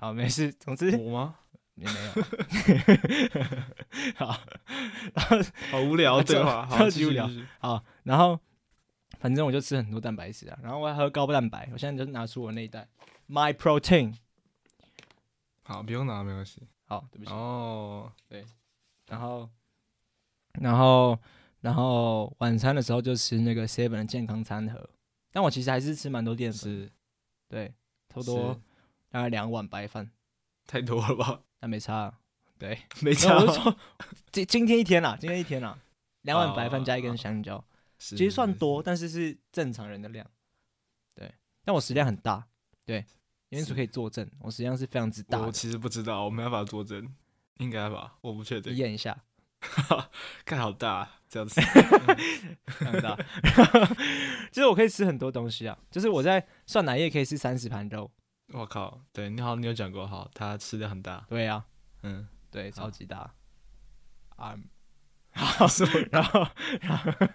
S1: 然后没事，总之 也
S2: 我吗？
S1: 没有。好，
S2: 好无聊的对话，
S1: 超
S2: 好
S1: 超
S2: 继续
S1: 级无聊
S2: 继续
S1: 好，然后反正我就吃很多蛋白质啊，然后我还喝高蛋白，我现在就拿出我那一袋 My Protein。
S2: 好，不用拿，没关系。
S1: 好，对不起。
S2: 哦，
S1: 然后，然后，然后晚餐的时候就吃那个 Seven 的健康餐盒，但我其实还是吃蛮多淀粉，
S2: 是
S1: 对，差不
S2: 是
S1: 多大概两碗白饭，
S2: 太多了吧？
S1: 但没差啊，对，
S2: 没
S1: 没有
S2: 差啊
S1: 我是 说今今天一天啦，今天一天啦，两碗白
S2: 哦
S1: 饭加一根香蕉，
S2: 其
S1: 其实算多，但是是正常人的量，对，但我食量很大，对，因为
S2: 是
S1: 可以作证，我食量是非常之大
S2: 我
S1: 的，
S2: 其实不知道，我没办法作证，应该吧？我不确
S1: 你
S2: 定。
S1: 验一下，
S2: 看好大这 样子，
S1: 很大， 就是我可以吃很多东西啊，就是我在酸奶液可以吃三十盘肉，
S2: 我靠！对你好，你有讲过，好，他吃的很大，
S1: 对啊，
S2: 嗯，
S1: 对，超级大。啊，
S2: 好，什么？
S1: 然后，然后，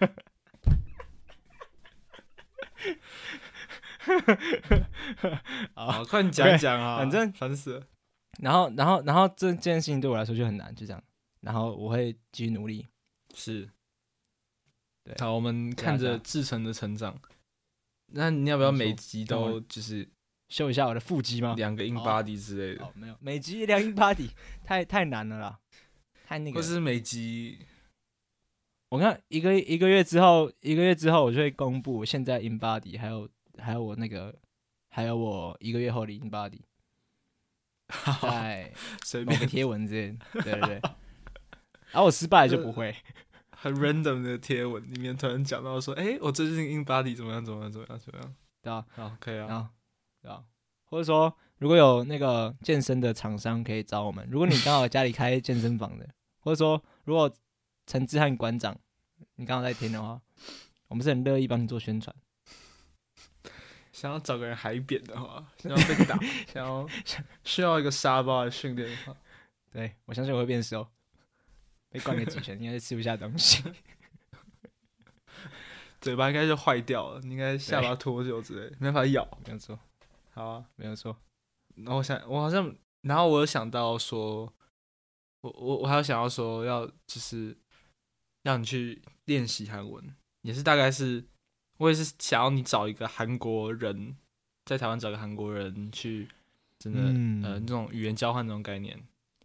S2: 好，快点讲一讲啊！
S1: 反正
S2: 啊烦死了。
S1: 然后，然后，然后这件事情对我来说就很难，就这样。然后我会继续努力。
S2: 是，
S1: 对
S2: 好，我们
S1: 对啊
S2: 看
S1: 对
S2: 着
S1: 啊
S2: 志成的成长。那你要不要
S1: 没错
S2: 每集
S1: 那我
S2: 都就是
S1: 秀一下我的腹肌吗？
S2: 两个 in
S1: 好
S2: body 之类的，
S1: 哦，没有，每集量 in body 太太难了啦，太那
S2: 或
S1: 个。
S2: 是每 集
S1: 我看一个一个月之后，一个月之后我就会公布我现在 in body，还有还有我那个，还有我一个月后的 in body，在
S2: 随
S1: 某
S2: 便
S1: 个贴文之类的。对对对。然后我失败就不会。
S2: 很 random 的贴文里面突然讲到说，哎、我最近 in body 怎么样怎么样怎么样怎么样？
S1: 对啊，
S2: 好，可以啊。
S1: 啊，对啊，或者说如果有那个健身的厂商可以找我们，如果你刚好家里开健身房的，或者说如果陈志汉馆长你刚好在听的话，我们是很乐意帮你做宣传。
S2: 想要找个人海扁的话，想要被打，想要需要一个沙包来训练的话，
S1: 对我相信我会变瘦，被灌个几拳应该是吃不下东西。
S2: 嘴巴应该就坏掉了，你应该下巴脱臼之类的，没办法咬。
S1: 没有错，
S2: 好啊，
S1: 没有错。
S2: 然后我想，我好像，然后我有想到说，我我我还有想要说要就是让你去练习韩文，也是大概是，我也是想要你找一个韩国人，在台湾找一个韩国人去，真的、
S1: 嗯
S2: 呃那种语言交换那种概念，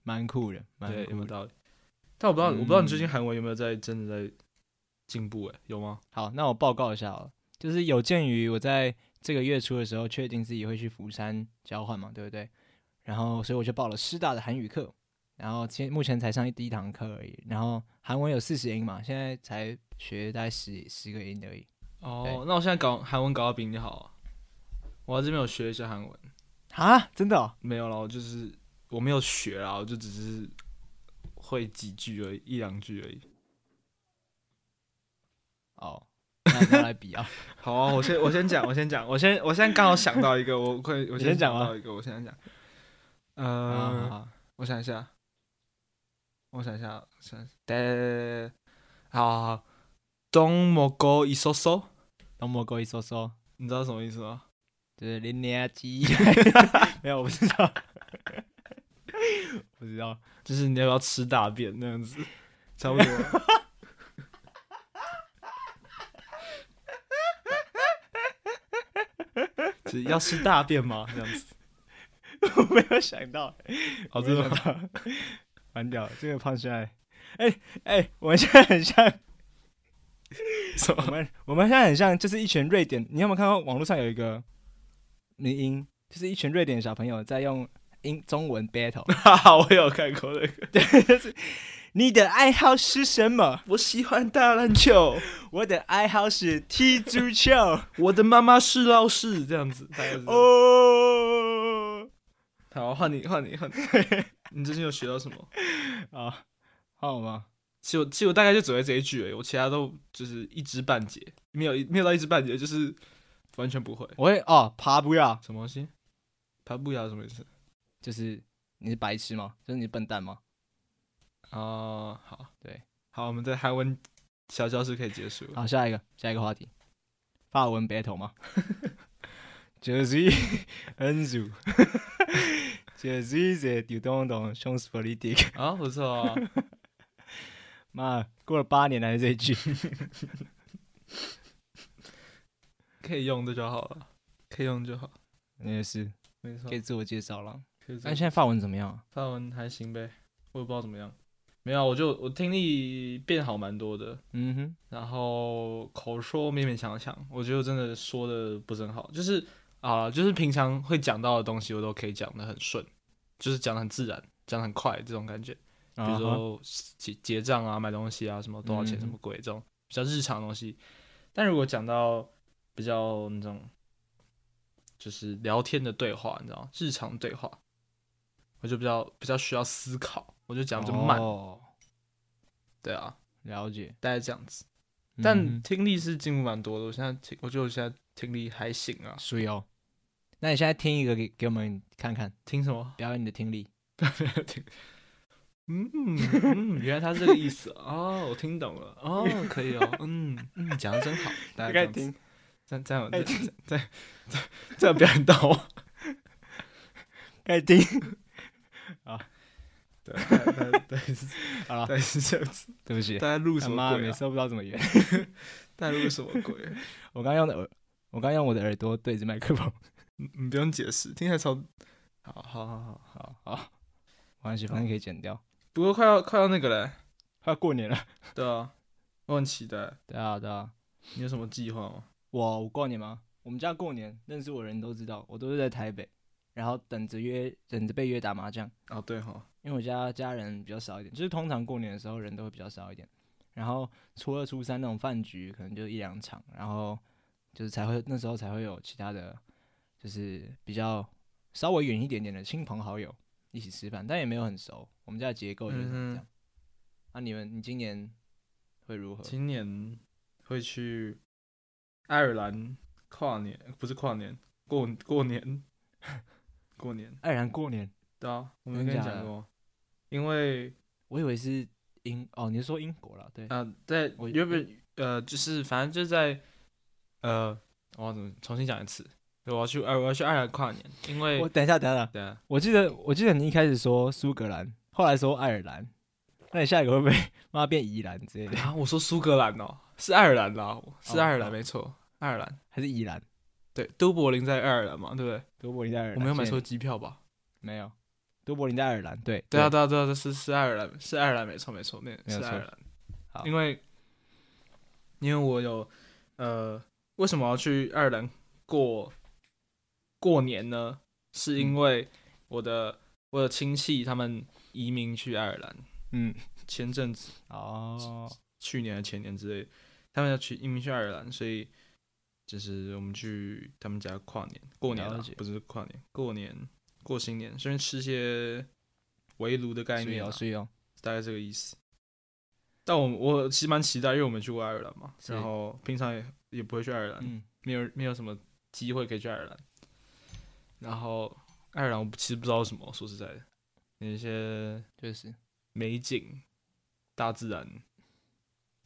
S1: 蛮酷的，蛮
S2: 对，有没
S1: 酷
S2: 有
S1: 的。
S2: 道理？但我不知道，我不知道你最近
S1: 嗯
S2: 韩文有没有在真的在进步、欸？哎，有吗？
S1: 好，那我报告一下好了，就是有鉴于我在这个月初的时候确定自己会去釜山交换嘛，对不对？然后所以我就报了师大的韩语课，然后现目前才上第一堂课而已，然后韩文有四十音嘛，现在才学大概十十个音而已。
S2: 哦
S1: 对，
S2: 那我现在搞韩文搞得比你好、啊，我在这边有学一下韩文。
S1: 啊，真的、哦？
S2: 没有啦，我就是我没有学啦，我就只是会几句而已，一两句而已。
S1: 哦，那那来 比啊，
S2: 好啊，我先我先讲，我先讲，我先我现在刚好想到一个，我快我
S1: 你先讲啊
S2: 想
S1: 吗
S2: 到一个，我现在讲，
S1: 好好
S2: 呃，
S1: 好
S2: 我想一下，我想一下，想一下，对，好好好，东莫哥一搜搜，
S1: 东莫过一说说，
S2: 你知道什么意思吗？
S1: 就是零年级， 没有，我不知道， 不知道。
S2: 就是你要不要吃大便那样子，差不 多。就是要吃大便吗？这样子，
S1: 我没有想到，
S2: 哦，
S1: 这
S2: 真的
S1: 个
S2: 吗？
S1: 蛮屌，这个胖起来，哎、哎、我们现在很 像，
S2: 什
S1: 我
S2: 么？
S1: 们我们现在很像，就是一群瑞典，你有没有看到网络上有一个迷音，就是一群瑞典小朋友在用英中文 battle，
S2: 哈哈， 我有看过那个。
S1: 你的爱好是什么？
S2: 我喜欢打篮球，
S1: 我的爱好是踢足 球。
S2: 我的妈妈是老师，这样子。哦，
S1: 哦，
S2: 好，换你，换你，换你。 你最近有学到什么？
S1: 啊，好吗？
S2: 其实我，其实我大概就只会这一句而已，我其他都就是一知半解，没有没有到一知半解，就是完全不会。
S1: 我会哦，爬不要，
S2: 什么东西？爬不雅什么意思？
S1: 就是你是白痴吗？就是你是笨蛋吗？
S2: 哦，好，
S1: 对，
S2: 好，我们在韩文小教室可以结束。
S1: 好，下一个，下一个话题，法文 battle 吗？ 就是恩主，就是这丢东东 s h o n s p o l i t i c
S2: 啊，不错啊，
S1: 妈，过了八年还是这一句，
S2: 可以用这就好了，可以用就好，
S1: 你也是
S2: 没错
S1: 可，以自我介绍了。
S2: 可以这
S1: 那、
S2: 样。
S1: 现在法文怎么样啊？
S2: 法文还行呗，我也不知道怎么样。没有啊，我就我听力变好蛮多的，
S1: 嗯哼，
S2: 然后口说勉勉强强，我觉得我真的说的不是很好，就是啊，就是平常会讲到的东西，我都可以讲的很顺，就是讲的很自然，讲的很快这种感觉。比如
S1: 啊哈
S2: 说结结账啊、买东西啊，什么多少钱、
S1: 嗯
S2: 什么鬼这种比较日常的东西。但如果讲到比较那种就是聊天的对话，你知道吗日常对话，我就比较比较需要思考，我就讲得就慢，
S1: 哦、
S2: 对啊，
S1: 了解。
S2: 大概这样子。
S1: 嗯
S2: 但
S1: 哼
S2: 听力是进步蛮多的，我现在听，我觉得我现在听力还行啊。
S1: 所以哦，那你现在听一个给给我们看看，
S2: 听什么？
S1: 表演你的听力。
S2: 听。嗯嗯，原来他是这个意思哦，我听懂了哦，可以哦，嗯嗯，讲的真好，大家这样子。这样这样这样这样这样这样表演到我，
S1: 开始听，
S2: 对对对， 是
S1: 好了，
S2: 对是这样 子。
S1: 对不起，
S2: 大家录
S1: 他
S2: 什么
S1: 哎妈
S2: 鬼
S1: 每
S2: 啊
S1: 次？都不知道怎么圆。
S2: 大家录什么鬼啊？
S1: 我刚用的耳，我刚用我的耳朵对着麦克风。
S2: 你你不用解释，听起来超…… 好好好好。
S1: 好好，没关系，反正可以剪掉。
S2: 不过快要快要那个嘞，
S1: 快过年了，
S2: 对啊，我很期待。
S1: 对啊对啊。
S2: 你有什么计划吗？
S1: 我我过年吗？我们家过年认识我的人都知道，我都是在台北，然后等着约，等着被约打麻将。
S2: 哦，对哈，
S1: 因为我家家人比较少一点，就是通常过年的时候人都会比较少一点，然后初二、初三那种饭局可能就一两场，然后就是才会那时候才会有其他的，就是比较稍微远一点点的亲朋好友一起吃饭，但也没有很熟。我们家的结构就是这
S2: 嗯哼
S1: 样。那、啊、你们你今年会如何？
S2: 今年会去爱尔兰跨年，不是跨年，过过年， 过年。
S1: 爱尔兰哎过年，
S2: 对啊，我没
S1: 真
S2: 跟你
S1: 假的
S2: 讲过，因为
S1: 我以为是英哦，你是说英国啦？对，
S2: 啊，在
S1: 我
S2: 原本呃，就是反正就是在呃，我要怎么重新讲一次？我要去爱，我要去爱尔兰跨年，因为
S1: 我等一下，等一下，
S2: 对啊，
S1: 我记得我记得你一开始说苏格兰，后来说爱尔兰，那你下一个会不会妈变宜兰之类的，
S2: 啊，我说苏格兰哦，是爱尔兰啦，是
S1: 哦
S2: 爱尔兰
S1: 哦
S2: 没错，爱尔兰
S1: 还是宜兰？
S2: 对，都柏林在爱尔兰嘛，对不对？
S1: 都柏林在爱尔兰，
S2: 我没有买
S1: 现
S2: 错
S1: 在，
S2: 机票吧？
S1: 没有，都柏林在爱尔兰，对，
S2: 对啊，，对啊，对啊，是是爱尔兰，是爱尔兰没错没错，那
S1: 没有
S2: 是
S1: 错
S2: 爱尔兰，
S1: 好
S2: 因为因为我有呃，为什么要去爱尔兰过过年呢？是
S1: 嗯
S2: 因为我的、我的亲戚他们移民去爱尔兰，
S1: 嗯，
S2: 前阵子
S1: 哦，
S2: 去年还前年之类，他们要去移民去爱尔兰，所以就是我们去他们家跨年过年
S1: 了
S2: 啊
S1: 解，
S2: 不是跨年，过年过新年，顺便吃些围炉的概
S1: 所以
S2: 念啊、
S1: 哦，所以哦，
S2: 大概这个意思。但我我其实蛮期待，因为我没去过爱尔兰嘛，
S1: 是
S2: 然后平常也也不会去爱尔兰，
S1: 嗯，
S2: 没有没有什么机会可以去爱尔兰。然后爱尔兰我其实不知道什么，说实在的，有一些
S1: 确实，
S2: 美景、大自然，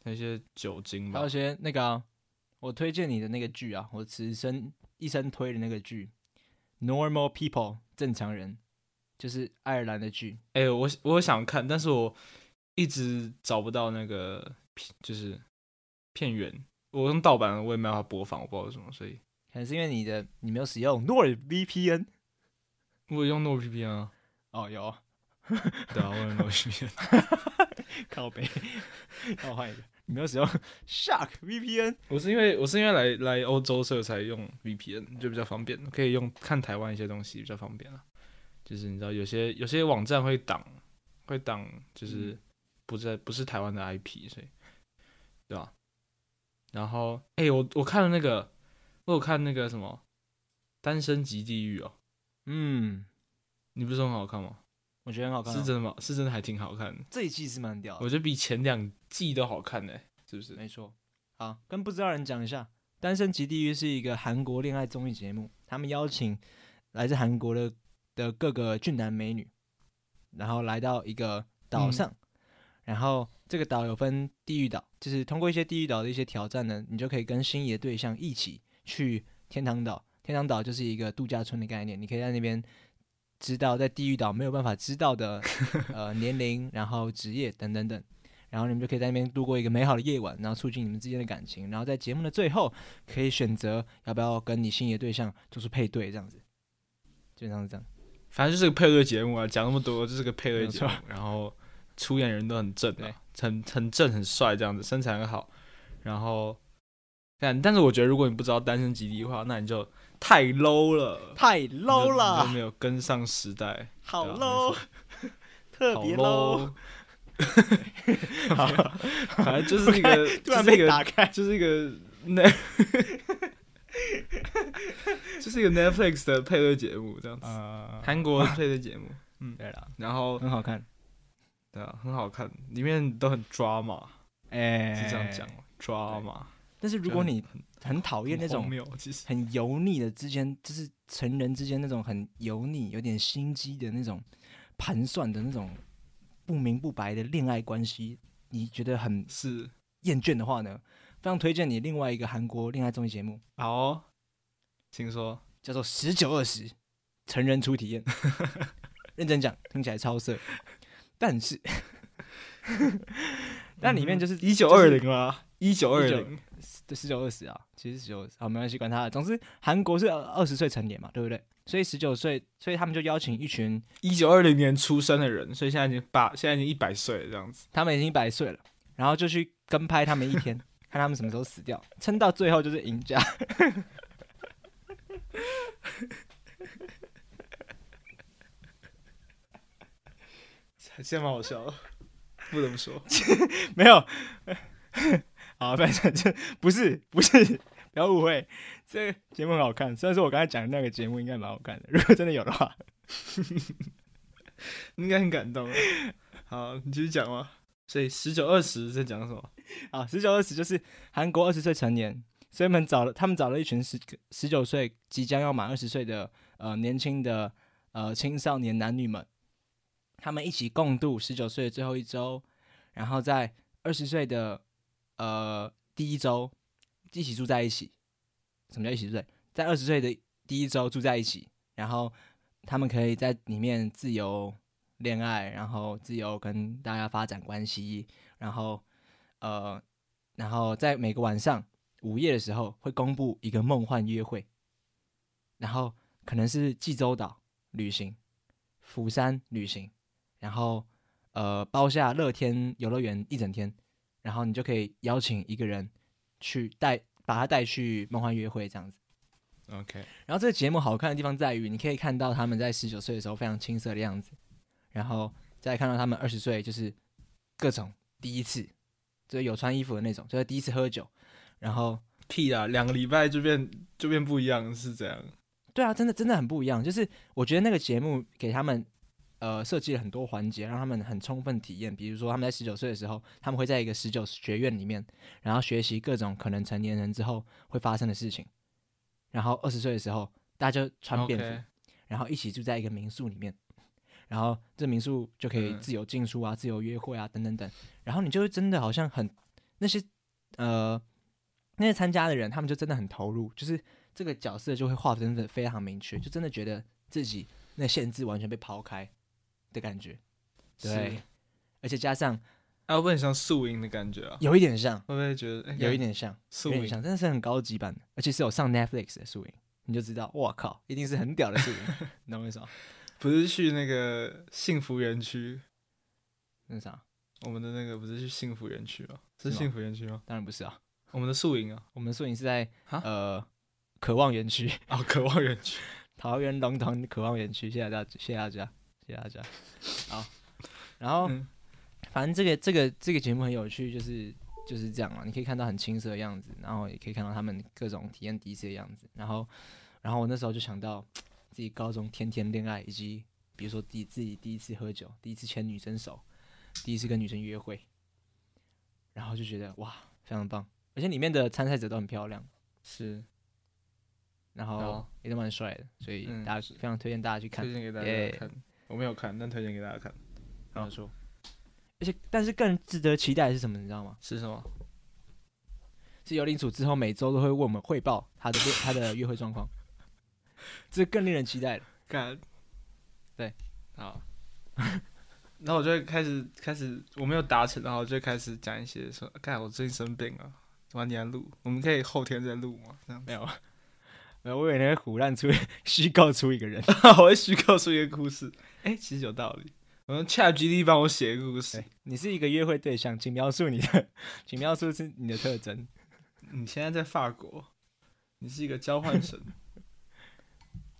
S2: 那些酒精
S1: 还
S2: 吧
S1: 有一。些那个啊、我推荐你的那个剧啊，我此生一生推的那个剧《Normal People》正常人，就是爱尔兰的剧，
S2: 哎、我我想看，但是我一直找不到那个片就是片源，我用盗版的我也没办法播放，我不知道为什么，所以
S1: 可能是因为你的你没有使用 NordVPN
S2: 我用 NordVPN 啊，
S1: 哦，有哦。
S2: 对啊，我用 NordVPN。
S1: 靠背， 那我换一个。你没有使用 Shark VPN？
S2: 我是因为我是因为来来欧洲所以才用 VPN，就比较方便，可以用看台湾一些东西比较方便啊。就是你知道有些有些网站会挡，会挡，就是
S1: 嗯
S2: 不在不是台湾的 IP，所以对吧？然后哎、我我看了那个，我有看那个什么《单身级地狱》哦，
S1: 嗯，
S2: 你不是说很好看吗？
S1: 我觉得很好看、
S2: 是
S1: 哦。
S2: 真的吗？是真的还挺好看的，
S1: 这一季是蛮屌
S2: 我
S1: 的，
S2: 觉得比前两季都好看呢、是不是？
S1: 没错。好，跟不知道人讲一下，《单身即地狱》是一个韩国恋爱综艺节目，他们邀请来自韩国的的各个俊男美女，然后来到一个岛
S2: 嗯
S1: 上，然后这个岛有分地狱岛，就是通过一些地狱岛的一些挑战呢，你就可以跟心仪的对象一起去天堂岛。天堂岛就是一个度假村的概念，你可以在那边知道在地狱岛没有办法知道的呃年龄，然后职业等等等，然后你们就可以在那边度过一个美好的夜晚，然后促进你们之间的感情，然后在节目的最后可以选择要不要跟你心仪的对象做出配对，这样子，基本上是这样。
S2: 反正就是个配对节目啊，讲那么多就是个配对节目
S1: 没，
S2: 然后出演人都很正
S1: 对
S2: 啊，很很正很帅这样子，身材很好，然后但但是我觉得如果你不知道单身极地的话，那你就太 low 了
S1: 太
S2: 你就
S1: low
S2: 你就
S1: 了，
S2: 没有跟上时代，
S1: 好
S2: 对啊
S1: low，特
S2: 好
S1: 别 low，
S2: low。好， 反正就是一个，
S1: 突
S2: 就
S1: 然
S2: 是一
S1: 被
S2: 个
S1: 打开，
S2: 就是一个那，就是一个 Netflix 的配对节目这样子，
S1: 呃，
S2: 韩国的配对节目，
S1: 啊
S2: 嗯
S1: 对了，
S2: 然后
S1: 很好看，
S2: 对啊，很好看，里面都很抓马，
S1: 哎、
S2: 是这样讲。吗？抓马，
S1: 但是如果你很讨厌那
S2: 很荒
S1: 种
S2: 谬，其实
S1: 很油腻的之间，就是成人之间那种很油腻、有点心机的那种盘算的那种不明不白的恋爱关系，你觉得很
S2: 是
S1: 厌倦的话呢，非常推荐你另外一个韩国恋爱综艺节目，
S2: 好、哦，请说。
S1: 叫做《 十九二十》，成人初体验。认真讲，听起来超色。 但是，但里面就是
S2: 嗯一九二零啊，一九二
S1: 19
S2: 零，
S1: 十九二十啊，其实十九二十，好，没关系，管他了。总之，韩国是二十岁成年嘛，对不对？所以十九岁，所以他们就邀请一群，
S2: 一九二零年出生的人，所以现在已经八，现在已经一百岁了这样子。
S1: 他们已经一百岁了，然后就去跟拍他们一天， 看他们什么时候死掉，撑到最后就是赢家。
S2: 现在蛮好笑的，不得不说，
S1: 没有， 好，反正这不是不是，不要误会，这个节目很好看。虽然说我刚才讲的那个节目应该蛮好看的，如果真的有的话，
S2: 应该很感动啊。好，你继续讲吧。所以十九二十在讲什么？
S1: 啊，十九二十就是韩国二十岁成年，所以他们找了他们找了一群十十九岁即将要满二十岁的呃年轻的呃青少年男女们，他们一起共度十九岁的最后一周，然后在二十岁的呃第一周一起住在一起。什么叫一起住在？在二十岁的第一周住在一起，然后他们可以在里面自由恋爱，然后自由跟大家发展关系，然后呃，然后在每个晚上午夜的时候会公布一个梦幻约会，然后可能是济州岛旅行、釜山旅行，然后呃包下乐天游乐园一整天，然后你就可以邀请一个人去带把他带去梦幻约会这样子。
S2: OK，
S1: 然后这个节目好看的地方在于，你可以看到他们在十九岁的时候非常青涩的样子，然后再看到他们二十岁就是各种第一次，就是有穿衣服的那种，就是第一次喝酒，然后
S2: 屁啊，两个礼拜就变就变不一样，是这样。
S1: 对啊，真的真的很不一样。就是我觉得那个节目给他们呃设计了很多环节，让他们很充分体验。比如说他们在十九岁的时候，他们会在一个十九学院里面，然后学习各种可能成年人之后会发生的事情。然后二十岁的时候，大家就穿便服
S2: OK
S1: 然后一起住在一个民宿里面，然后这民宿就可以
S2: 嗯
S1: 自由进出啊、自由约会啊等等等。然后你就会真的好像很那些呃那些参加的人，他们就真的很投入，就是这个角色就会划分的非常明确，就真的觉得自己那限制完全被抛开的感觉。对
S2: 是，
S1: 而且加上
S2: 啊，会不会很像宿营的感觉啊？
S1: 有一点像，
S2: 会不会觉得、哎
S1: 有一点像，
S2: 宿
S1: 有一点
S2: 营？
S1: 像，真的是很高级版的，而且是有上 Netflix 的宿营，你就知道，我靠，一定是很屌的 宿营，你懂我意思吗？
S2: 不是去那个幸福园区，
S1: 那是啥？
S2: 我们的那个不是去幸福园区吗？是
S1: 是吗
S2: 幸福园区吗？
S1: 当然不是啊，
S2: 我们的宿营啊，
S1: 我们的宿营是在
S2: 哈
S1: 呃渴望园区。
S2: 啊，渴望园区。
S1: 桃园龙潭渴望园区，谢谢大家，谢谢大家，谢谢大家。好，然后、
S2: 嗯
S1: 反正这个这个这个节目很有趣，就是就是这样嘛，你可以看到很青涩的样子，然后也可以看到他们各种体验第一次的样子。然后，然后我那时候就想到自己高中天天恋爱，以及比如说第自己第一次喝酒，第一次牵女生手，第一次跟女生约会，然后就觉得哇，非常棒，而且里面的参赛者都很漂亮。
S2: 是，
S1: 然
S2: 哦
S1: 后也都蛮帅的，所以
S2: 嗯
S1: 大家、非常推荐大家去看
S2: 推。荐给大
S1: 耶
S2: 家看。我没有看，但推荐给大家看。
S1: 好说。而且，但是更值得期待的是什么？你知道吗？
S2: 是什么？
S1: 是尤林楚之后每周都会为我们汇报他的恋他的约会状 况，这更令人期待了。
S2: 看，
S1: 对，
S2: 好。 然后我就会开始开始，我没有达成，然后我就开始讲一些说，看我最近生病了，晚点录，我们可以后天再录吗？这样
S1: 没有，没有，呃我以为你会胡乱出 虚构出一个 人。
S2: 我会虚构出一个故事，哎、其实有道理。我用 ChatGPT 帮我写一个故事
S1: 对。你是一个约会对象，请描述你的，请描述是你的特征。
S2: 你现在在法国，你是一个交换 生，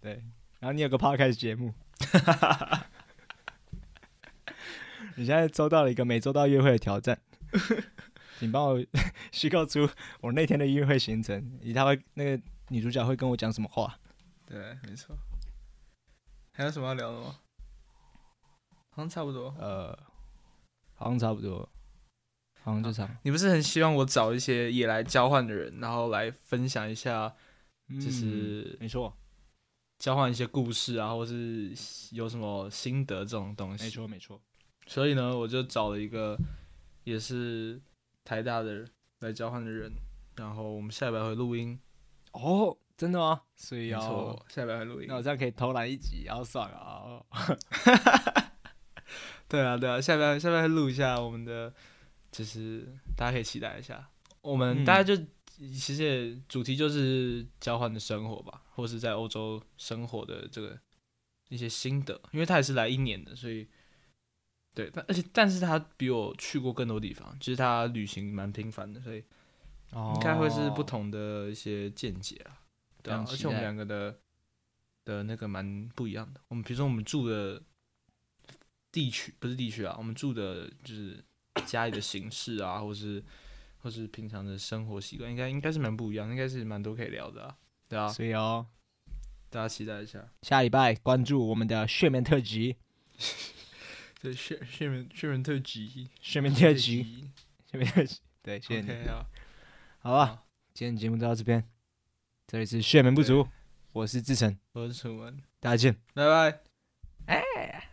S1: 对，然后你有个 podcast 节目，你现在收到了一个每周都要约会的挑战，请帮我 虚构出我那天的约会行程，以及他会那个女主角会跟我讲什么话。
S2: 对，没错。还有什么要聊的吗？好像差不多。
S1: 呃，好像差不多，好像就差不多，
S2: 你不是很希望我找一些也来交换的人，然后来分享一下，
S1: 嗯
S2: 就是
S1: 没错，
S2: 交换一些故事啊，或是有什么心得这种东西。
S1: 没。错，没错。
S2: 所以呢，我就找了一个也是台大的来交换的人，然后我们下礼拜会录音。
S1: 哦，真的吗？所以哦
S2: 没
S1: 要
S2: 错，下礼拜会录音
S1: 那。我这样可以偷懒一集，好爽啊！哦
S2: 对啊，对啊，下边下边录一下我们的，就是大家可以期待一下。我们
S1: 嗯
S2: 大家就、其实也主题就是交换的生活吧，或是在欧洲生活的这个一些心得，因为他也是来一年的，所以对，但而且但是他比我去过更多地方，就是他旅行蛮频繁的，所以
S1: 哦
S2: 应该会是不。同的一些见解啊。对
S1: 非
S2: 啊
S1: 常，期
S2: 而且我们
S1: 待
S2: 两个的的那个蛮不一样的。我们比如说我们住的地区不是地区啊，我们住的就是家里的形式啊，或是或是平常的生活习惯，应该应该是蛮不一样，应该是蛮多可以聊的啊。对啊，
S1: 所以哦，
S2: 大家期待一下。
S1: 下礼拜关注我们的睡眠特辑，
S2: 对，炫炫人炫人特辑，
S1: 睡眠特辑，，睡眠特辑。 对，谢谢你。
S2: OK 啊，
S1: 好吧，今天节目就到这边，这里是睡眠不足，我是志成，
S2: 我是楚文，
S1: 大家见。
S2: 拜拜。
S1: 哎。